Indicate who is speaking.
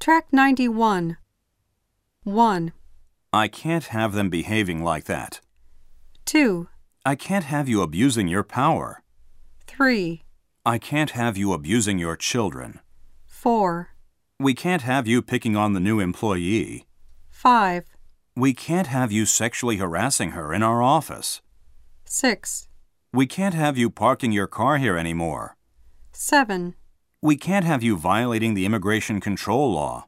Speaker 1: Track 91. 1,
Speaker 2: I can't have them behaving like that.
Speaker 1: 2,
Speaker 2: I can't have you abusing your power.
Speaker 1: 3,
Speaker 2: I can't have you abusing your children.
Speaker 1: 4,
Speaker 2: We can't have you picking on the new employee.
Speaker 1: 5,
Speaker 2: We can't have you sexually harassing her in our office.
Speaker 1: 6,
Speaker 2: We can't have you parking your car here anymore.
Speaker 1: 7.
Speaker 2: We can't have you violating the immigration control law.